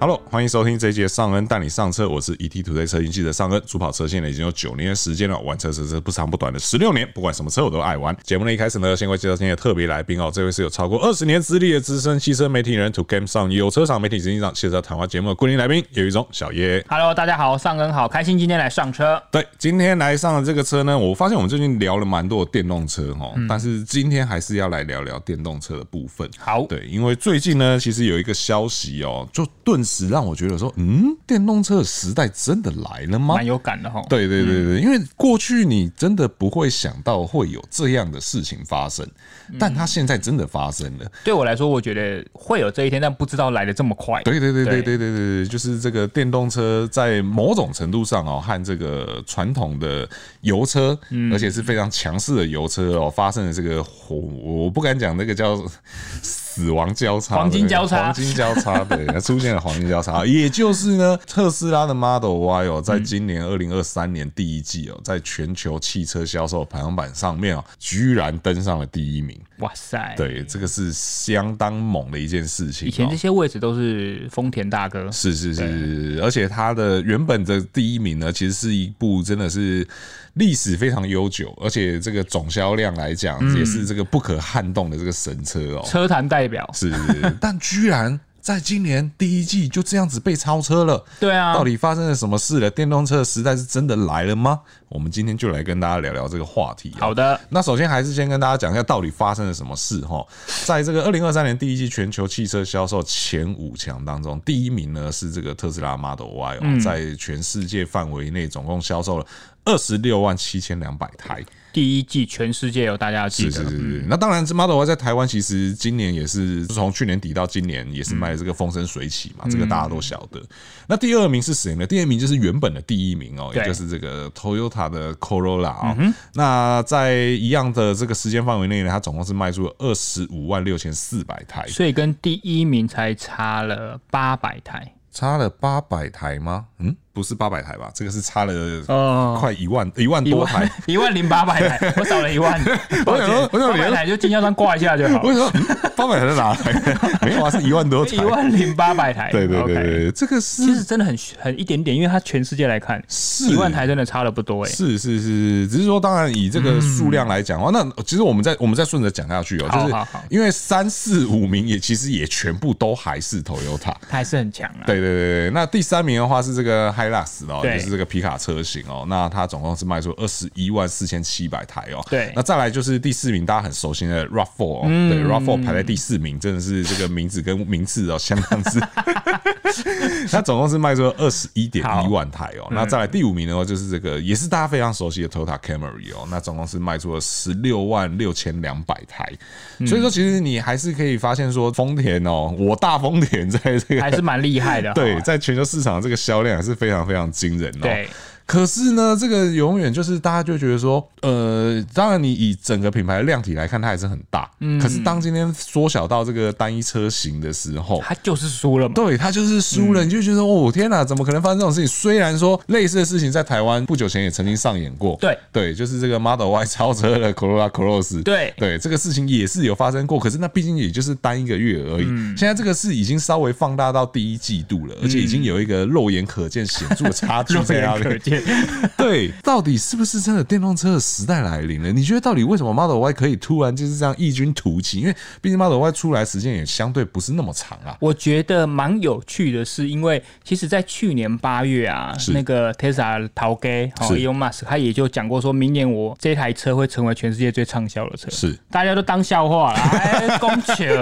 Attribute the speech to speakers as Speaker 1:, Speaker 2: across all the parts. Speaker 1: Hello，欢迎收听这一节上恩带你上车，我是 ETtoday 车型记者上恩。主跑车线呢已经有九年的时间了，玩车车是不长不短的十六年，不管什么车我都爱玩。节目的一开始呢，先会介绍今天的特别来宾哦，这位是有超过二十年资历的资深汽车媒体人，To Game 上有车厂媒体执行长，介绍谈话节目的固定来宾，有一种小叶。
Speaker 2: Hello，大家好，上恩好，开心今天来上车。
Speaker 1: 对，今天来上的这个车呢，我发现我们最近聊了蛮多的电动车哦，但是今天还是要来聊聊电动车的部分。
Speaker 2: 好，
Speaker 1: 对，因为最近呢，其实有一个消息哦，就顿时让我觉得说，嗯，电动车的时代真的来了吗
Speaker 2: 蛮？有嗯感的哈。，
Speaker 1: 对对对对，因为过去你真的不会想到会有这样的事情发生，但它现在真的发生了。
Speaker 2: 对我来说，我觉得会有这一天，但不知道来的这么快。
Speaker 1: 对对对对
Speaker 2: 对
Speaker 1: 对对对对，就是这个电动车在某种程度上哦，和这个传统的油车，
Speaker 2: 嗯
Speaker 1: 而且是非常强势的油车哦，发生了这个火，我不敢讲那个叫死亡交叉，
Speaker 2: 黄金交叉
Speaker 1: 黄金交叉，对，出现了黄金交叉，也就是呢，特斯拉的 Model Y 哦，
Speaker 2: 嗯
Speaker 1: 在今年二零二三年第一季哦，在全球汽车销售排行榜上面哦，居然登上了第一名，
Speaker 2: 哇塞，，
Speaker 1: 对，这个是相当猛的一件事情、哦。
Speaker 2: 哎以前这些位置都是丰田大哥。
Speaker 1: 是是是是，是而且它的原本的第一名呢，其实是一部真的是历史非常悠久，而且这个总销量来讲，也是这个不可撼动的这个神车哦。
Speaker 2: 嗯车坛代表，
Speaker 1: 是，是 是但居然在今年第一季就这样子被超车了。
Speaker 2: 对啊
Speaker 1: 到底发生了什么事了？电动车的时代是真的来了吗？我们今天就来跟大家聊聊这个话题、哦
Speaker 2: 好的，
Speaker 1: 那首先还是先跟大家讲一下到底发生了什么事哈。在这个二零二三年第一季全球汽车销售前五强当中，第一名呢是这个特斯拉 Model Y，、哦在全世界范围内总共销售了二十六万七千两百台。
Speaker 2: 第一季全世界有大家记
Speaker 1: 是是
Speaker 2: 得，
Speaker 1: 是是。那当然，这 Model Y 在台湾其实今年也是从去年底到今年也是卖的这个风生水起嘛，这个大家都晓得。那第二名是谁呢？第二名就是原本的第一名哦，也
Speaker 2: 对
Speaker 1: 就是这个 Toyota 的 Corolla 啊、哦。那在一样的这个时间范围内呢，它总共是卖出了二十五万六千四百台，
Speaker 2: 所以跟第一名才差了八百台。
Speaker 1: 差了八百台吗？嗯，不是八百台吧？这个是差了
Speaker 2: 哦
Speaker 1: 快一万一万多台。
Speaker 2: 一万零八百台， 我少了一万，
Speaker 1: 我想说我想
Speaker 2: 八百
Speaker 1: 连
Speaker 2: 台就经销商挂一下就好
Speaker 1: 我，想说嗯八百台是哪来 的？没有啊，是一万多台
Speaker 2: 一。万零八百台，
Speaker 1: 对对对
Speaker 2: OK
Speaker 1: 对，对这个是
Speaker 2: 其实真的很很一点点，因为它全世界来看，
Speaker 1: 是
Speaker 2: 一万台真嗯的差的不多哎、
Speaker 1: 是是是，只是说，当然以这个数量来讲的话，那其实我们再我们再顺着讲下去哦，
Speaker 2: 好
Speaker 1: 就是
Speaker 2: 好好
Speaker 1: 因为三四五名也其实也全部都还是 Toyota。
Speaker 2: 它还是很强啊。
Speaker 1: 对对对对，那第三名的话是这个 Hilux 哦，
Speaker 2: 对
Speaker 1: 就是这个皮卡车型哦，那它总共是卖出二十一万四千七百台哦。
Speaker 2: 对嗯
Speaker 1: 那再来就是第四名，大家很熟悉的 RAV4 哦，对 RAV4 排在第四名，真的是这个名字跟名次哦相当之。 它总共是卖出二十一点一万台哦。那再来第五名的话，就是这个也是大家非常熟悉的 Toyota Camry 哦，那总共是卖出了十六万六千两百台。
Speaker 2: 嗯
Speaker 1: 所以说，其实你还是可以发现说，丰田哦，我大丰田在这个
Speaker 2: 还是蛮厉害的。
Speaker 1: 对，
Speaker 2: 哈
Speaker 1: 在全球市场这个销量也是非常非常惊人哦。
Speaker 2: 对，
Speaker 1: 可是呢，这个永远就是大家就觉得说，呃，当然你以整个品牌的量体来看，它还是很大。嗯。可是当今天缩小到这个单一车型的时候。
Speaker 2: 他就是输了嘛。
Speaker 1: 对，它就是输
Speaker 2: 嗯
Speaker 1: 了，你就觉得哦，天哪，怎么可能发生这种事情？虽然说类似的事情在台湾不久前也曾经上演过，
Speaker 2: 对
Speaker 1: 对，就是这个 Model Y 超车了 Corolla Cross，
Speaker 2: 对
Speaker 1: 对，这个事情也是有发生过，可是那毕竟也就是单一个月而已。
Speaker 2: 嗯
Speaker 1: 现在这个是已经稍微放大到第一季度了，而且已经有一个肉眼可见显著的差距
Speaker 2: 肉
Speaker 1: 在那
Speaker 2: 眼
Speaker 1: 里
Speaker 2: 可。见，
Speaker 1: 对，到底是不是真的电动车的时代来临了？你觉得到底为什么 Model Y 可以突然就是这样异军突起？因为毕竟 Model Y 出来时间也相对不是那么长啊。
Speaker 2: 我觉得蛮有趣的是，因为其实，在去年八月啊，那个 Tesla 陶给哦
Speaker 1: 是
Speaker 2: Elon Musk 他也就讲过，说明年我这台车会成为全世界最畅销的车，
Speaker 1: 是
Speaker 2: 大家都当 笑话了，哎，公爵，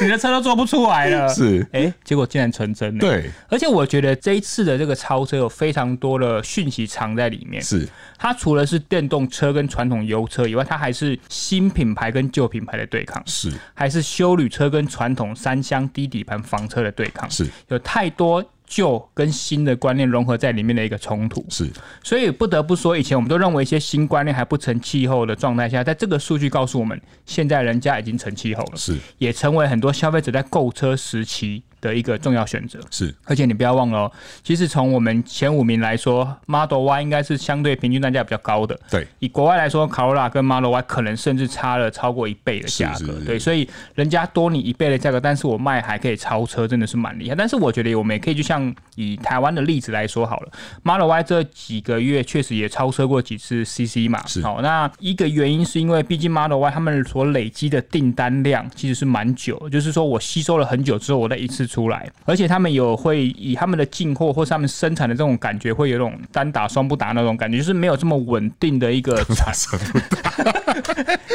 Speaker 2: 你的车都做不出来了，
Speaker 1: 是，
Speaker 2: 哎，结果竟然成真了。
Speaker 1: 对，
Speaker 2: 而且我觉得这一次的这个超车有非常多的讯息藏在里面。
Speaker 1: 是
Speaker 2: 它除了是电动车跟传统油车以外，它还是新品牌跟旧品牌的对抗，
Speaker 1: 是
Speaker 2: 还是修旅车跟传统三厢低底盘房车的对抗，
Speaker 1: 是
Speaker 2: 有太多旧跟新的观念融合在里面的一个冲突。
Speaker 1: 是
Speaker 2: 所以不得不说，以前我们都认为一些新观念还不成气候的状态下，在这个数据告诉我们，现在人家已经成气候了，
Speaker 1: 是
Speaker 2: 也成为很多消费者在购车时期的一个重要选择。
Speaker 1: 是
Speaker 2: 而且你不要忘了、哦，其实从我们前五名来说，Model Y 应该是相对平均单价比较高的。
Speaker 1: 对，
Speaker 2: 以国外来说，Corolla 跟 Model Y 可能甚至差了超过一倍的价格。
Speaker 1: 是是是
Speaker 2: 对，所以人家多你一倍的价格，但是我卖还可以超车，真的是蛮厉害。但是我觉得我们也可以就像以台湾的例子来说好了，Model Y 这几个月确实也超车过几次 CC 嘛。
Speaker 1: 是
Speaker 2: 好，那一个原因是因为毕竟 Model Y 他们所累积的订单量其实是蛮久，就是说我吸收了很久之后，我再一次出来，而且他们有会以他们的进货或是他们生产的这种感觉，会有种单打双不打那种感觉，就是没有这么稳定的一个 产。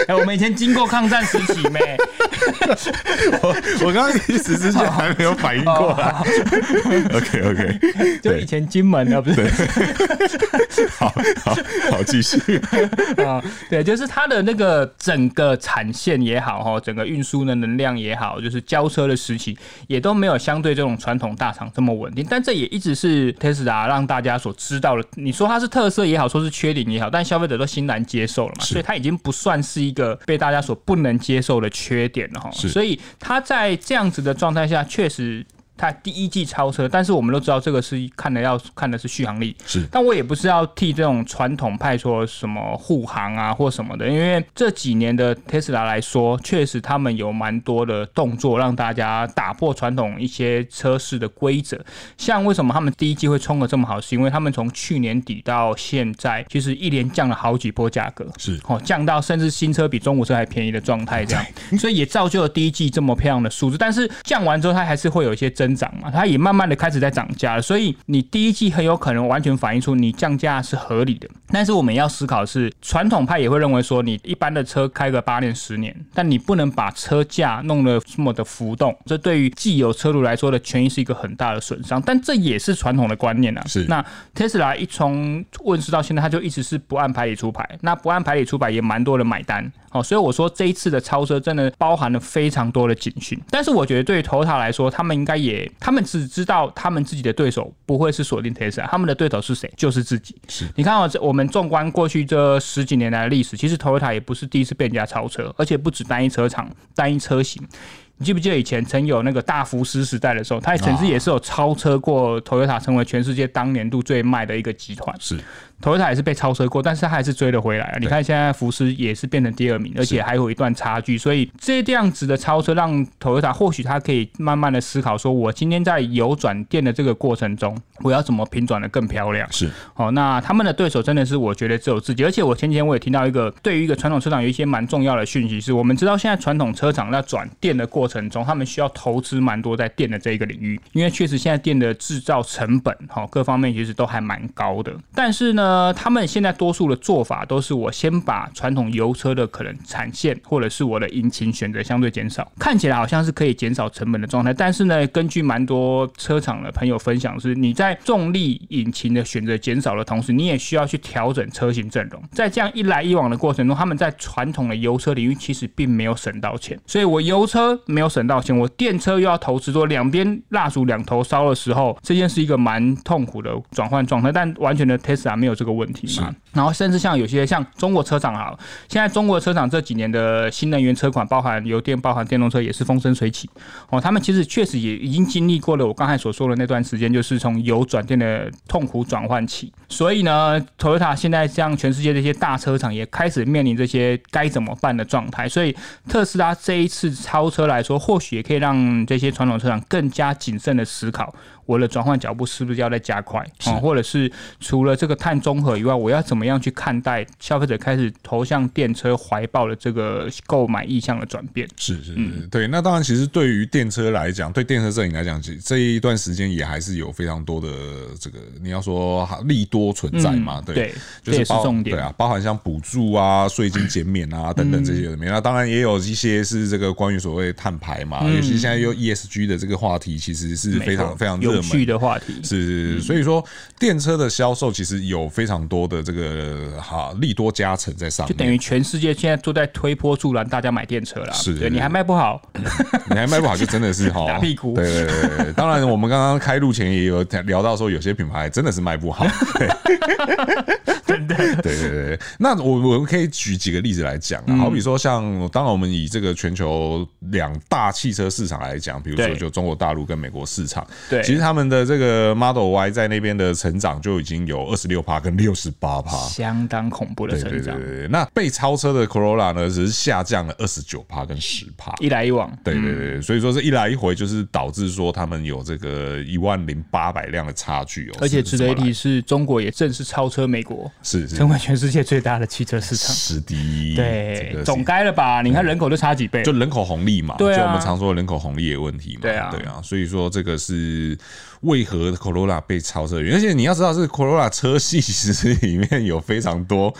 Speaker 2: 哎、我们以前经过抗战时 期没？
Speaker 1: 我刚刚一时之间还没有反应过来。OK OK，
Speaker 2: 哦就以
Speaker 1: 对，
Speaker 2: 前金门啊，不是
Speaker 1: 好好好，继续。
Speaker 2: 啊、对，就是它的那个整个产线也好，哈，整个运输的能量也好，就是交车的时期也都没有相对这种传统大厂这么稳定。但这也一直是 Tesla 让大家所知道的。你说它是特色也好，说是缺点也好，但消费者都欣然接受了嘛，所以它已经不算是一个被大家所不能接受的缺点了哈。哦
Speaker 1: 是
Speaker 2: 所以它在这样子的状态下，确实。它第一季超车，但是我们都知道这个是看的要看的是续航力，
Speaker 1: 是
Speaker 2: 但我也不是要替这种传统派说什么护航啊或什么的，因为这几年的 Tesla 来说，确实他们有蛮多的动作让大家打破传统一些车市的规则。像为什么他们第一季会冲的这么好，是因为他们从去年底到现在，其实一连降了好几波价格，
Speaker 1: 是
Speaker 2: 哦，降到甚至新车比中古车还便宜的状态，这样， 所以也造就了第一季这么漂亮的数字。但是降完之后，它还是会有一些增长嘛，它也慢慢的开始在涨价了。所以你第一季很有可能完全反映出你降价是合理的。但是我们要思考的是，传统派也会认为说，你一般的车开个八年十年，但你不能把车价弄得这么的浮动，这对于既有车主来说的权益是一个很大的损伤。但这也是传统的观念啊。
Speaker 1: 是
Speaker 2: 那 Tesla 一从问世到现在，它就一直是不按牌理出牌。那不按牌理出牌也蛮多人买单，好、所以我说这一次的超车真的包含了非常多的警讯。但是我觉得对于 Toyota 来说，他们应该也，他们只知道他们自己的对手不会是锁定 Tesla，他们的对手是谁，就是自己。你看哦，这我们纵观过去这十几年来的历史，其实 Toyota 也不是第一次被人家超车，而且不止单一车厂、单一车型。你记不记得以前曾有那个大福斯时代的时候，它曾经也是有超车过 Toyota，成为全世界当年度最卖的一个集团。
Speaker 1: 是
Speaker 2: Toyota 也是被超车过，但是它还是追了回来啊。你看现在福斯也是变成第二名，而且还有一段差距，所以这样子的超车让 Toyota 或许它可以慢慢的思考，说我今天在有转电的这个过程中，我要怎么平转的更漂亮。
Speaker 1: 是
Speaker 2: 哦，那他们的对手真的是我觉得只有自己，而且我前几天我也听到一个对于一个传统车厂有一些蛮重要的讯息是，我们知道现在传统车厂在转电的过程中，他们需要投资蛮多在电的这一个领域，因为确实现在电的制造成本哦各方面其实都还蛮高的，但是呢，他们现在多数的做法都是我先把传统油车的可能产线或者是我的引擎选择相对减少，看起来好像是可以减少成本的状态，但是呢，根据蛮多车厂的朋友分享是，你在重力引擎的选择减少的同时，你也需要去调整车型阵容。在这样一来一往的过程中，他们在传统的油车领域其实并没有省到钱，所以我油车没有省到钱，我电车又要投资多，两边蜡烛两头烧的时候，这件是一个蛮痛苦的转换状态。但完全的 Tesla 没有这个问题嘛。然后甚至像有些像中国车厂好了，现在中国车厂这几年的新能源车款，包含油电、包含电动车，也是风生水起。哦，他们其实确实也已经经历过了我刚才所说的那段时间，就是从油转电的痛苦转换期。所以呢，Toyota 现在像全世界这些大车厂也开始面临这些该怎么办的状态。所以特斯拉这一次超车来说，或许也可以让这些传统车厂更加谨慎的思考，我的转换脚步是不是要再加快啊、哦或者是除了这个碳中和以外，我要怎么样去看待消费者开始投向电车怀抱的这个购买意向的转变？
Speaker 1: 是是是，对。那当然，其实对于电车来讲，对电车摄影来讲，其实这一段时间也还是有非常多的这个，你要说利多存在嘛，对。
Speaker 2: 嗯对，
Speaker 1: 就
Speaker 2: 这也是
Speaker 1: 包
Speaker 2: 重点。
Speaker 1: 对啊，包含像补助啊、税金减免啊等等这些有的
Speaker 2: 嗯
Speaker 1: 没。那当然也有一些是这个关于所谓碳排嘛，尤其现在又 ESG 的这个话题，其实是
Speaker 2: 嗯没
Speaker 1: 非常
Speaker 2: 错
Speaker 1: 非常热
Speaker 2: 有
Speaker 1: 门
Speaker 2: 趣的嗯话题。
Speaker 1: 是是是，所以说电车的销售其实有非常多的这个哈利多加成在上
Speaker 2: 就等
Speaker 1: 面，
Speaker 2: 于全世界现在都在推波助澜，大家买电车啦。
Speaker 1: 是
Speaker 2: 对你还卖不好，
Speaker 1: 你还卖不好就真的是哈
Speaker 2: 打屁股
Speaker 1: 对对对对对，当然我们刚刚开录前也有聊到说，有些品牌真的是卖不好，
Speaker 2: 真的
Speaker 1: 对对对，那我我们可以举几个例子来讲啊，
Speaker 2: 嗯
Speaker 1: 好比说像，当然我们以这个全球两大汽车市场来讲，比如说
Speaker 2: 对
Speaker 1: 就中国大陆跟美国市场，
Speaker 2: 对
Speaker 1: 其实他们的这个 Model Y 在那边的成长就已经有二十六趴跟六十八趴。
Speaker 2: 相当恐怖的
Speaker 1: 对对
Speaker 2: 成
Speaker 1: 对
Speaker 2: 长，
Speaker 1: 对，对那被超车的 Corolla 呢，只是下降了二十九趴跟十趴。
Speaker 2: 一来一往，
Speaker 1: 对对对，对所以说是一来一回，就是导致说他们有这个一万零八百辆的差距哦。
Speaker 2: 而且
Speaker 1: 是
Speaker 2: 值得一，
Speaker 1: 怎么
Speaker 2: 提是，中国也正式超车美国，
Speaker 1: 来是是
Speaker 2: 成为全世界最大的汽车市场。
Speaker 1: 是第一，这
Speaker 2: 对
Speaker 1: 个，是
Speaker 2: 总该了吧？你看人口就差几倍，
Speaker 1: 就人口红利嘛，
Speaker 2: 对啊
Speaker 1: 就我们常说的人口红利的问题嘛，
Speaker 2: 对啊
Speaker 1: 对啊，所以说这个是为何 Corolla 被超车的原因，而且你要知道，是 Corolla 车系其实里面有非常多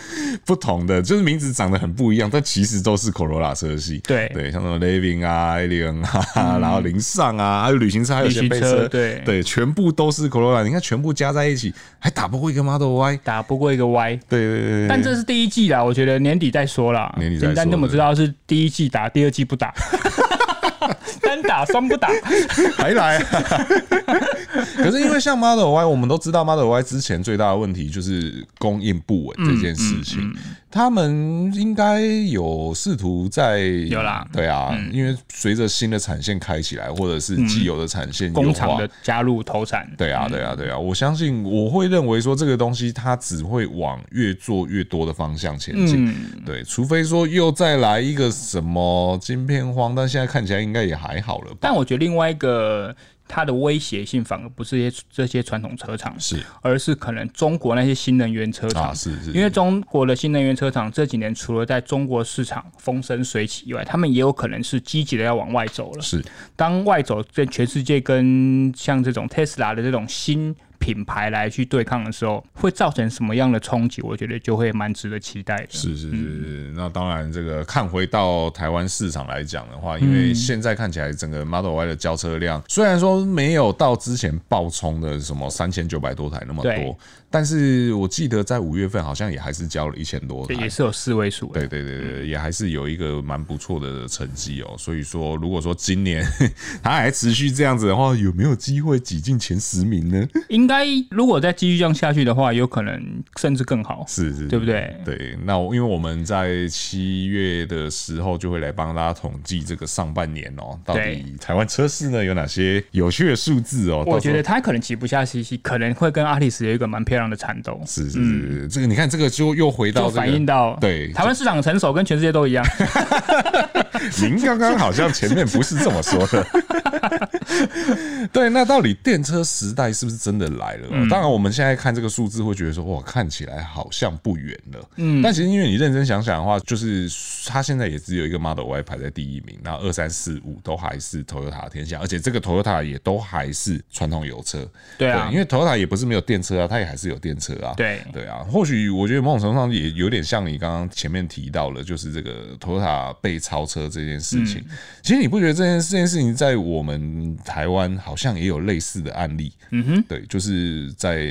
Speaker 1: 不同的，就是名字长得很不一样，但其实都是 Corolla 车系，
Speaker 2: 对嗯
Speaker 1: 对，像什么 Living 啊、Alien 啊， 然后零上啊，还有旅行车，还有掀背
Speaker 2: 旅行
Speaker 1: 车，
Speaker 2: 车对
Speaker 1: 对，全部都是 Corolla，你看全部加在一起，还打不过一个 Model Y，
Speaker 2: 打不过一个 Y。
Speaker 1: 对对对对，
Speaker 2: 但这是第一季啦，我觉得年底再说啦。
Speaker 1: 年底再说
Speaker 2: 但怎么知道是第一季打，第二季 不打？单打双不打，
Speaker 1: 还来、啊。 可是因为像 Model Y，我们都知道 Model Y 之前最大的问题就是供应不稳这件事情。
Speaker 2: 嗯
Speaker 1: 他们应该有试图在有
Speaker 2: 啦嗯
Speaker 1: 对啊，因为随着新的产线开起来，或者是既有的产线优化
Speaker 2: 工厂的嗯加入投产，
Speaker 1: 对啊，对啊，对啊！我相信我会认为说这个东西它只会往越做越多的方向前
Speaker 2: 嗯
Speaker 1: 进，对，除非说又再来一个什么晶片荒，但现在看起来应该也还好了吧？
Speaker 2: 但我觉得另外一个它的威胁性反而不是这些这些传统车厂，
Speaker 1: 是
Speaker 2: 而是可能中国那些新能源车厂、
Speaker 1: 啊，是是，
Speaker 2: 因为中国的新能源车厂这几年除了在中国市场风生水起以外，他们也有可能是积极的要往外走了。
Speaker 1: 是
Speaker 2: 当外走在全世界跟像这种 Tesla 的这种新品牌来去对抗的时候，会造成什么样的冲击？我觉得就会蛮值得期待的。
Speaker 1: 是是是是，那当然，这个看回到台湾市场来讲的话，
Speaker 2: 嗯
Speaker 1: 因为现在看起来整个 Model Y 的交车量，虽然说没有到之前爆冲的什么三千九百多台那么
Speaker 2: 对
Speaker 1: 多，但是我记得在五月份好像也还是交了一千多
Speaker 2: 对，
Speaker 1: 台
Speaker 2: 也。是有嗯四位数的。
Speaker 1: 对对对对，也还是有一个蛮不错的成绩哦。所以说，如果说今年 它还持续这样子的话，有没有机会挤进前十名呢？
Speaker 2: 应该如果再继续这样下去的话，有可能甚至更好。
Speaker 1: 是是，
Speaker 2: 对不对
Speaker 1: 对，那我因为我们在七月的时候就会来帮大家统计这个上半年哦，到底
Speaker 2: 对
Speaker 1: 台湾车市呢有哪些有趣的数字哦？
Speaker 2: 我
Speaker 1: 到时
Speaker 2: 觉
Speaker 1: 候
Speaker 2: 得他可能挤不下 CC，可能会跟阿里斯有一个蛮漂亮的缠斗。
Speaker 1: 是是是是，这个你看这个就又回到
Speaker 2: 嗯就
Speaker 1: 这个
Speaker 2: 反映到
Speaker 1: 对
Speaker 2: 台湾市场的成熟跟全世界都一样，
Speaker 1: 您刚刚好像前面不是这么说的。 对，那到底电车时代是不是真的来了？
Speaker 2: 嗯
Speaker 1: 当然，我们现在看这个数字，会觉得说哇，看起来好像不远了。嗯，但其实因为你认真想想的话，就是它现在也只有一个 Model Y 排在第一名，那二三四五都还是 Toyota 的天下，而且这个 Toyota 也都还是传统油车。
Speaker 2: 对啊
Speaker 1: 因为 Toyota 也不是没有电车啊，它也还是有电车啊。
Speaker 2: 对
Speaker 1: 对啊，或许我觉得某种程度上也有点像你刚刚前面提到的，就是这个 Toyota 被超车这件事情。
Speaker 2: 嗯
Speaker 1: 其实你不觉得这件这件事情在我们台湾好像也有类似的案例？嗯哼，对，就是在。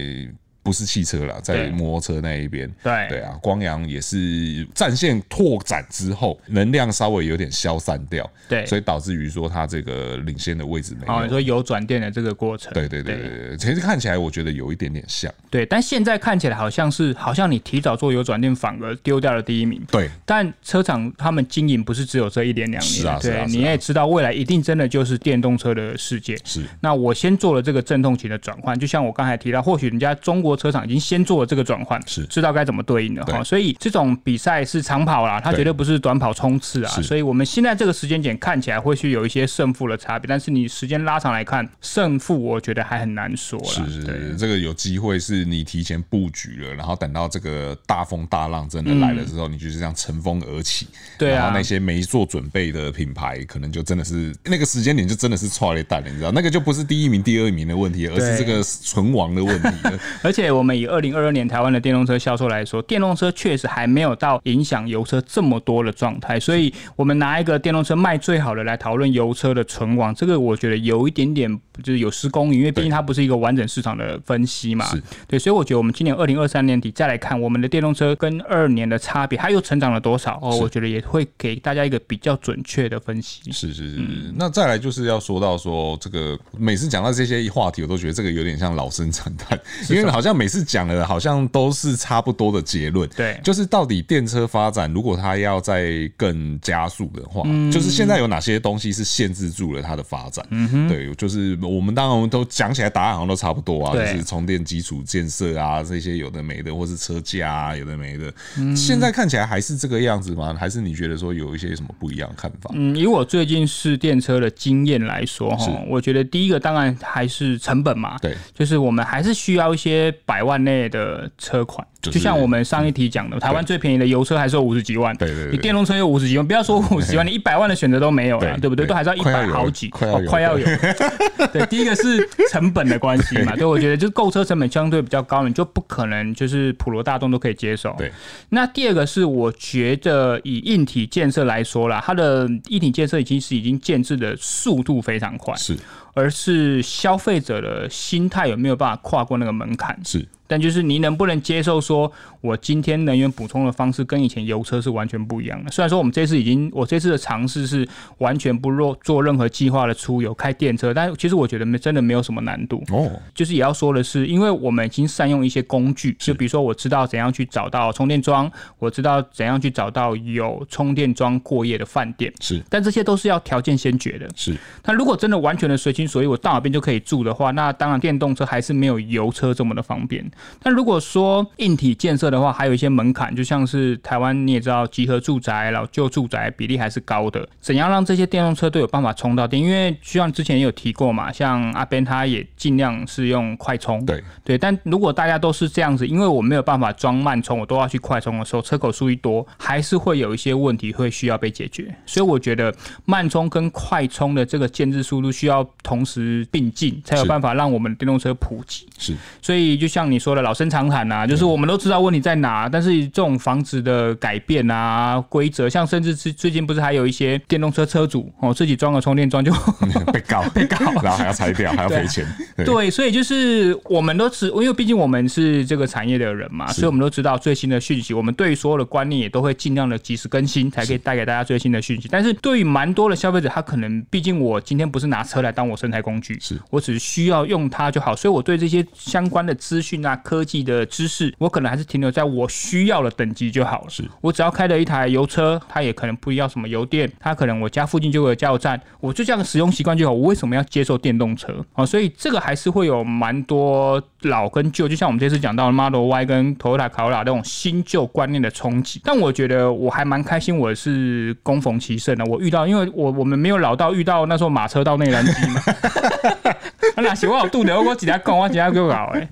Speaker 1: 不是汽车啦，在
Speaker 2: 对
Speaker 1: 摩托车那一边，
Speaker 2: 对
Speaker 1: 对啊，光阳也是战线拓展之后，能量稍微有点消散掉，
Speaker 2: 对
Speaker 1: 所以导致于说它这个领先的位置没有，
Speaker 2: 哦，你说有转电的这个过程，
Speaker 1: 对对对对对，其实看起来我觉得有一点点像，
Speaker 2: 对，但现在看起来好像是，好像你提早做有转店，反而丢掉了第一名。
Speaker 1: 对，
Speaker 2: 但车厂他们经营不是只有这一年两年，
Speaker 1: 是啊
Speaker 2: 对，
Speaker 1: 是啊是啊
Speaker 2: 你也知道未来一定真的就是电动车的世界。
Speaker 1: 是
Speaker 2: 那我先做了这个阵痛期的转换，就像我刚才提到，或许人家中国车厂已经先做了这个转换，
Speaker 1: 是
Speaker 2: 知道该怎么对应的哈。
Speaker 1: 对
Speaker 2: 所以这种比赛是长跑啦，它
Speaker 1: 对
Speaker 2: 绝对不是短跑冲刺啊。
Speaker 1: 是
Speaker 2: 所以我们现在这个时间点看起来会是有一些胜负的差别，但是你时间拉长来看，胜负我觉得还很难说啦。
Speaker 1: 是是
Speaker 2: 对
Speaker 1: 是，这个有机会是你提前布局了，然后等到这个大风大浪真的来了之后，你就是这样乘风而起。
Speaker 2: 对啊
Speaker 1: 然后那些没做准备的品牌，可能就真的是那个时间点就真的是错了一蛋了，你知道，那个就不是第一名、第二名的问题，而是这个存亡的问题了。
Speaker 2: 而且我们以二零二二年台湾的电动车销售来说，电动车确实还没有到影响油车这么多的状态，所以我们拿一个电动车卖最好的来讨论油车的存亡，这个我觉得有一点点就是有失公允，因为毕竟它不是一个完整市场的分析嘛
Speaker 1: 是。
Speaker 2: 对，所以我觉得我们今年二零二三年底再来看我们的电动车跟二年的差别，它又成长了多少哦，我觉得也会给大家一个比较准确的分析。
Speaker 1: 是是是，
Speaker 2: 嗯
Speaker 1: 那再来就是要说到说这个，每次讲到这些话题，我都觉得这个有点像老生常谈，因为好像每次讲的好像都是差不多的结论，
Speaker 2: 对
Speaker 1: 就是到底电车发展如果它要再更加速的话，
Speaker 2: 嗯
Speaker 1: 就是现在有哪些东西是限制住了它的发展？对，就是我们当然我们都讲起来答案好像都差不多啊，就
Speaker 2: 对
Speaker 1: 是充电基础建设啊这些有的没的，或是车架啊有的没的，
Speaker 2: 嗯
Speaker 1: 现在看起来还是这个样子吗？还是你觉得说有一些什么不一样的看法？
Speaker 2: 嗯，以我最近试电车的经验来说，
Speaker 1: 是
Speaker 2: 哈，我觉得第一个当然还是成本嘛，
Speaker 1: 对，
Speaker 2: 就是我们还是需要一些百万内的车款，
Speaker 1: 就是嗯
Speaker 2: 就像我们上一题讲的，台湾最便宜的油车还是有五十几万，
Speaker 1: 对对对
Speaker 2: 你电动车有五十几万，不要说五十几万，你一百万的选择都没有了，
Speaker 1: 对
Speaker 2: 对不对？
Speaker 1: 对
Speaker 2: 都还是要一
Speaker 1: 快要
Speaker 2: 百
Speaker 1: 有
Speaker 2: 好几，
Speaker 1: 快要
Speaker 2: 哦
Speaker 1: 有
Speaker 2: 快要有。 对，第一个是成本的关系嘛，对，我觉得就是购车成本相对比较高，你就不可能就是普罗大众都可以接受。
Speaker 1: 对，
Speaker 2: 那第二个是我觉得以硬体建设来说啦，它的硬体建设已经是已经建制的速度非常快，
Speaker 1: 是
Speaker 2: 而是消费者的心态有没有办法跨过那个门槛？
Speaker 1: 是，
Speaker 2: 但就是你能不能接受，说我今天能源补充的方式跟以前油车是完全不一样的。虽然说我们这次已经，我这次的尝试是完全不做做任何计划的出游开电车，但其实我觉得没真的没有什么难度。
Speaker 1: 哦，
Speaker 2: 就是也要说的是，因为我们已经善用一些工具，就比如说我知道怎样去找到充电桩，我知道怎样去找到有充电桩过夜的饭店，
Speaker 1: 是
Speaker 2: 但这些都是要条件先决的。
Speaker 1: 是
Speaker 2: 那如果真的完全的随心所欲，我到哪边就可以住的话，那当然电动车还是没有油车这么的方便。但如果说硬体建设的话，还有一些门槛，就像是台湾你也知道，集合住宅、老旧住宅比例还是高的。怎样让这些电动车都有办法充到电？因为就像之前也有提过嘛，像阿 Ben 他也尽量是用快充，
Speaker 1: 对
Speaker 2: 对，但如果大家都是这样子，因为我没有办法装慢充，我都要去快充的时候，车口数一多，还是会有一些问题会需要被解决。所以我觉得慢充跟快充的这个建制速度需要同时并进，才有
Speaker 1: 是
Speaker 2: 办法让我们的电动车普及。
Speaker 1: 是
Speaker 2: 所以就像你说的，老生常谈啊，就是我们都知道问题在哪，但是这种房子的改变啊、规则，像甚至是最近不是还有一些电动车车主哦自己装个充电桩就
Speaker 1: 被告被告，然后还要拆掉，还要赔钱，对
Speaker 2: 对，所以就是我们都知，因为毕竟我们是这个产业的人嘛，所以我们都知道最新的讯息，我们对于所有的观念也都会尽量的及时更新，才可以带给大家最新的讯息。但是对于蛮多的消费者，他可能毕竟我今天不是拿车来当我身材工具，
Speaker 1: 是
Speaker 2: 我只需要用它就好，所以我对这些相关的资讯啊、科技的知识，我可能还是停留在我需要的等级就好了。
Speaker 1: 是
Speaker 2: 我只要开了一台油车，它也可能不要什么油电，它可能我家附近就会有加油站，我就这样的使用习惯就好。我为什么要接受电动车啊、哦所以这个还是会有蛮多老跟旧，就像我们这次讲到的 Model Y 跟 Toyota Corolla 那种新旧观念的冲击。但我觉得我还蛮开心，我是攻逢其胜的。我遇到，因为我我们没有老到遇到那时候马车到内燃机嘛。啊那是我有肚子，我几下讲，我几下就搞哎。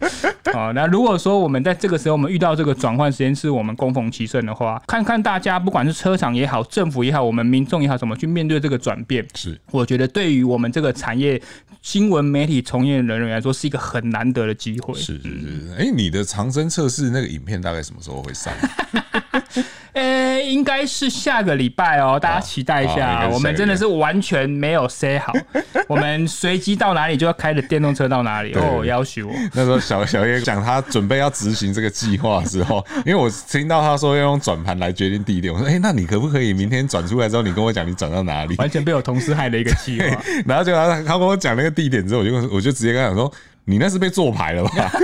Speaker 2: 哦，那如果说我们在这个时候，我们遇到这个转换时间是我们攻逢其胜的话，看看大家不管是车厂也好，政府也好，我们民众也好，怎么去面对这个转变，
Speaker 1: 是
Speaker 2: 我觉得对于我们这个产业新闻媒体从业人员来说，是一个很难得的机会。
Speaker 1: 是是是。哎，你的长征测试那个影片大概什么时候会上？
Speaker 2: 呃，应该是下个礼拜哦，大家期待一
Speaker 1: 好应该
Speaker 2: 下。
Speaker 1: 是
Speaker 2: 我们
Speaker 1: 下个
Speaker 2: 真的
Speaker 1: 礼拜
Speaker 2: 是完全没有 say 好，我们随机到哪里就要开着电动车到哪里。
Speaker 1: 对对
Speaker 2: 哦，
Speaker 1: 对
Speaker 2: 要求我。
Speaker 1: 那时候小小叶讲他准备要执行这个计划的时候，因为我听到他说要用转盘来决定地点，我说：“哎、那你可不可以明天转出来之后，你跟我讲你转到哪里
Speaker 2: 完全被我同事害了一个计划。？”
Speaker 1: 然后就他他跟我讲那个地点之后，我就我就直接跟他讲说：“你那是被做牌了吧？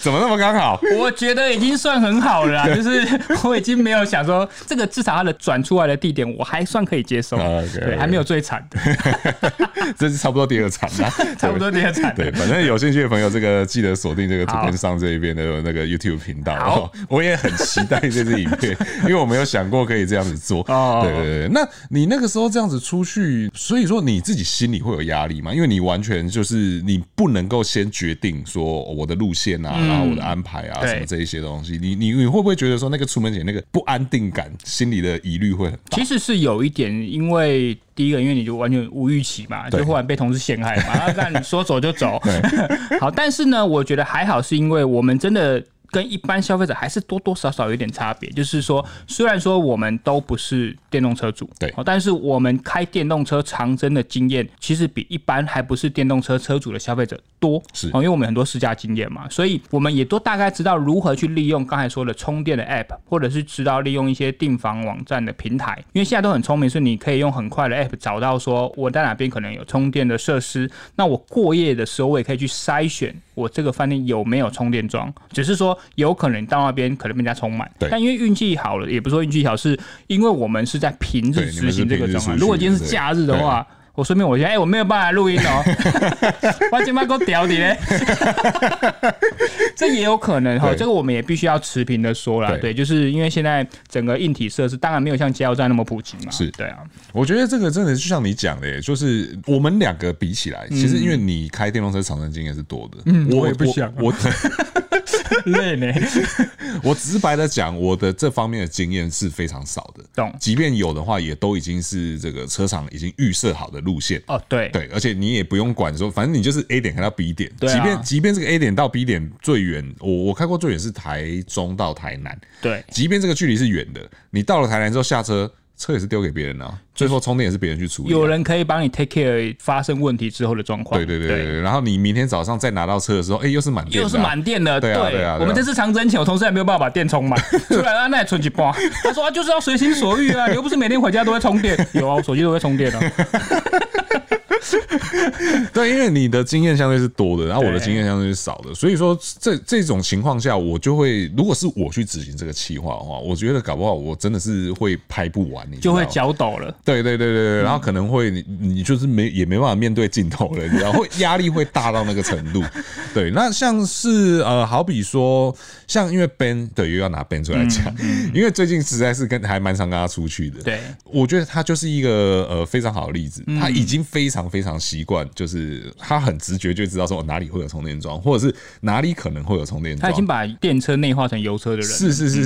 Speaker 1: 怎么那么刚好？
Speaker 2: 我觉得已经算很好了啦，啊 就是我已经没有想说这个至少它的转出来的地点我还算可以接受，
Speaker 1: OK，
Speaker 2: 对，还没有最惨的，
Speaker 1: 这是差不多第二场啊 啦，
Speaker 2: 差不多第二 惨
Speaker 1: 对。
Speaker 2: 的。
Speaker 1: 对，反正有兴趣的朋友，这个记得锁定这个图片上这一边的那个 YouTube 频道。
Speaker 2: 好
Speaker 1: 哦，我也很期待这支影片，因为我没有想过可以这样子做。
Speaker 2: 哦
Speaker 1: 对对对，那你那个时候这样子出去，所以说你自己心里会有压力吗？因为你完全就是你不能够先决定说我的路线啊，然后我的安排啊，
Speaker 2: 嗯对
Speaker 1: 什么这一些东西，你你你会不会觉得说那个出门前那个不安定感，心里的疑虑会很大？
Speaker 2: 其实是有一点，因为第一个，因为你就完全无预期嘛，
Speaker 1: 对
Speaker 2: 就忽然被同事陷害啊 嘛，那你说走就走。好，但是呢，我觉得还好，是因为我们真的跟一般消费者还是多多少少有点差别。就是说，虽然说我们都不是电动车主，
Speaker 1: 对
Speaker 2: 哦但是我们开电动车长征的经验，其实比一般还不是电动车车主的消费者多，
Speaker 1: 是
Speaker 2: 哦，因为我们很多试驾经验嘛，所以我们也都大概知道如何去利用刚才说的充电的 App，或者是知道利用一些订房网站的平台，因为现在都很聪明，所以你可以用很快的 App 找到说我在哪边可能有充电的设施，那我过夜的时候我也可以去筛选我这个饭店有没有充电桩，只是说有可能到那边可能被人家充满，
Speaker 1: 对
Speaker 2: 但因为运气好了，也不是说运气好，是因为我们是在平
Speaker 1: 对
Speaker 2: 日
Speaker 1: 你们是
Speaker 2: 执行这
Speaker 1: 平
Speaker 2: 个
Speaker 1: 日
Speaker 2: 状况，
Speaker 1: 出
Speaker 2: 如果
Speaker 1: 去
Speaker 2: 今天是
Speaker 1: 对
Speaker 2: 假日的话。我顺便我先，哎、我没有办法录音 哦，我今麦给我屌你嘞！这也有可能哈，
Speaker 1: 对
Speaker 2: 这个我们也必须要持平的说啦。
Speaker 1: 对
Speaker 2: 对，就是因为现在整个硬体设施当然没有像加油站那么普及嘛。
Speaker 1: 是
Speaker 2: 对啊，
Speaker 1: 我觉得这个真的就像你讲的耶，就是我们两个比起来，其实因为你开电动车长征经验是多的，嗯
Speaker 2: 嗯我也不想啊
Speaker 1: 我
Speaker 2: 累呢。
Speaker 1: 我直白的讲，我的这方面的经验是非常少的，
Speaker 2: 懂
Speaker 1: 即便有的话，也都已经是这个车厂已经预设好的路线。
Speaker 2: 哦，对，
Speaker 1: 对，而且你也不用管说，反正你就是 A 点开到 B 点，
Speaker 2: 对啊
Speaker 1: 即便即便这个 A 点到 B 点最远，我我开过最远是台中到台南，
Speaker 2: 对
Speaker 1: 即便这个距离是远的，你到了台南之后下车，车也是丢给别人啊，最后充电也是别人去处理啊、
Speaker 2: 有人可以帮你 take care 发生问题之后的状况。
Speaker 1: 对对对对对，然后你明天早上再拿到车的时候，哎、又是满电的啊、
Speaker 2: 又是满电了，
Speaker 1: 对啊对啊对啊
Speaker 2: 我们这次长征前，我同事还没有办法把电充 满，突然安奈存起包，他说啊，就是要随心所欲啊，你又不是每天回家都会充 电，有啊，我手机都会充电啊，
Speaker 1: 对，因为你的经验相对是多的，然后我的
Speaker 2: 对
Speaker 1: 经验相对是少的，所以说这这种情况下，我就会如果是我去执行这个企划的话，我觉得搞不好我真的是会拍不完，你知
Speaker 2: 就
Speaker 1: 道 吗
Speaker 2: 会嗯脚抖了。
Speaker 1: 对对对对对，然后可能会你你就是没也没办法面对镜头了，你知道，会压力会大到那个程度。对，那像是呃，好比说像因为 Ben 对又要拿 Ben 出来
Speaker 2: 嗯
Speaker 1: 讲，因为最近实在是跟还蛮常跟他出去的。
Speaker 2: 对，
Speaker 1: 我觉得他就是一个呃非常好的例子，
Speaker 2: 嗯
Speaker 1: 他已经非常非常习惯，就是他很直觉就知道说哦哪里会有充电桩，或者是哪里可能会有充电
Speaker 2: 他
Speaker 1: 桩
Speaker 2: 已。经把电车内化成油车的人了，
Speaker 1: 是是是是，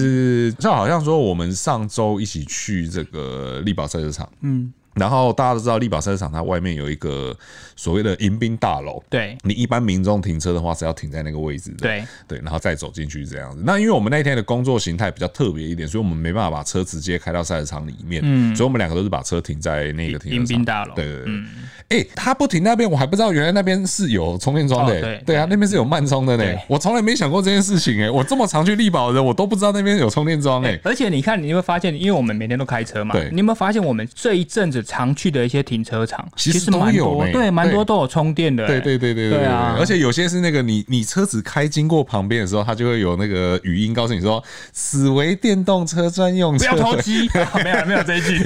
Speaker 1: 是，就好像说我们上周一起去这个力宝赛车场，嗯，然后大家都知道力宝赛车场它外面有一个所谓的迎宾大楼，
Speaker 2: 对
Speaker 1: 你一般民众停车的话是要停在那个位置的，
Speaker 2: 对
Speaker 1: 对，然后再走进去这样子。那因为我们那一天的工作形态比较特别一点，所以我们没办法把车直接开到赛车场里面，嗯，所以我们两个都是把车停在那个停车场
Speaker 2: 迎宾大楼
Speaker 1: 对对对。
Speaker 2: 嗯
Speaker 1: 哎、他不停那边，我还不知道原来那边是有充电桩的、
Speaker 2: 哦对
Speaker 1: 啊，那边是有慢充的呢、
Speaker 2: 对
Speaker 1: 我从来没想过这件事情哎、我这么常去力宝的人，我都不知道那边有充电桩哎、
Speaker 2: 而且你看，你有没有发现？因为我们每天都开车嘛，
Speaker 1: 对
Speaker 2: 你有没有发现我们这一阵子常去的一些停车场，
Speaker 1: 其
Speaker 2: 其
Speaker 1: 实
Speaker 2: 实蛮
Speaker 1: 都有
Speaker 2: 多，
Speaker 1: 呢
Speaker 2: 对，蛮多
Speaker 1: 对
Speaker 2: 都有充电的、
Speaker 1: 对对对对
Speaker 2: 对啊
Speaker 1: 而且有些是那个你你车子开经过旁边的时候，它就会有那个语音告诉你说，此为电动车专用
Speaker 2: 不
Speaker 1: 车
Speaker 2: 要偷鸡， 没有没有这一 句，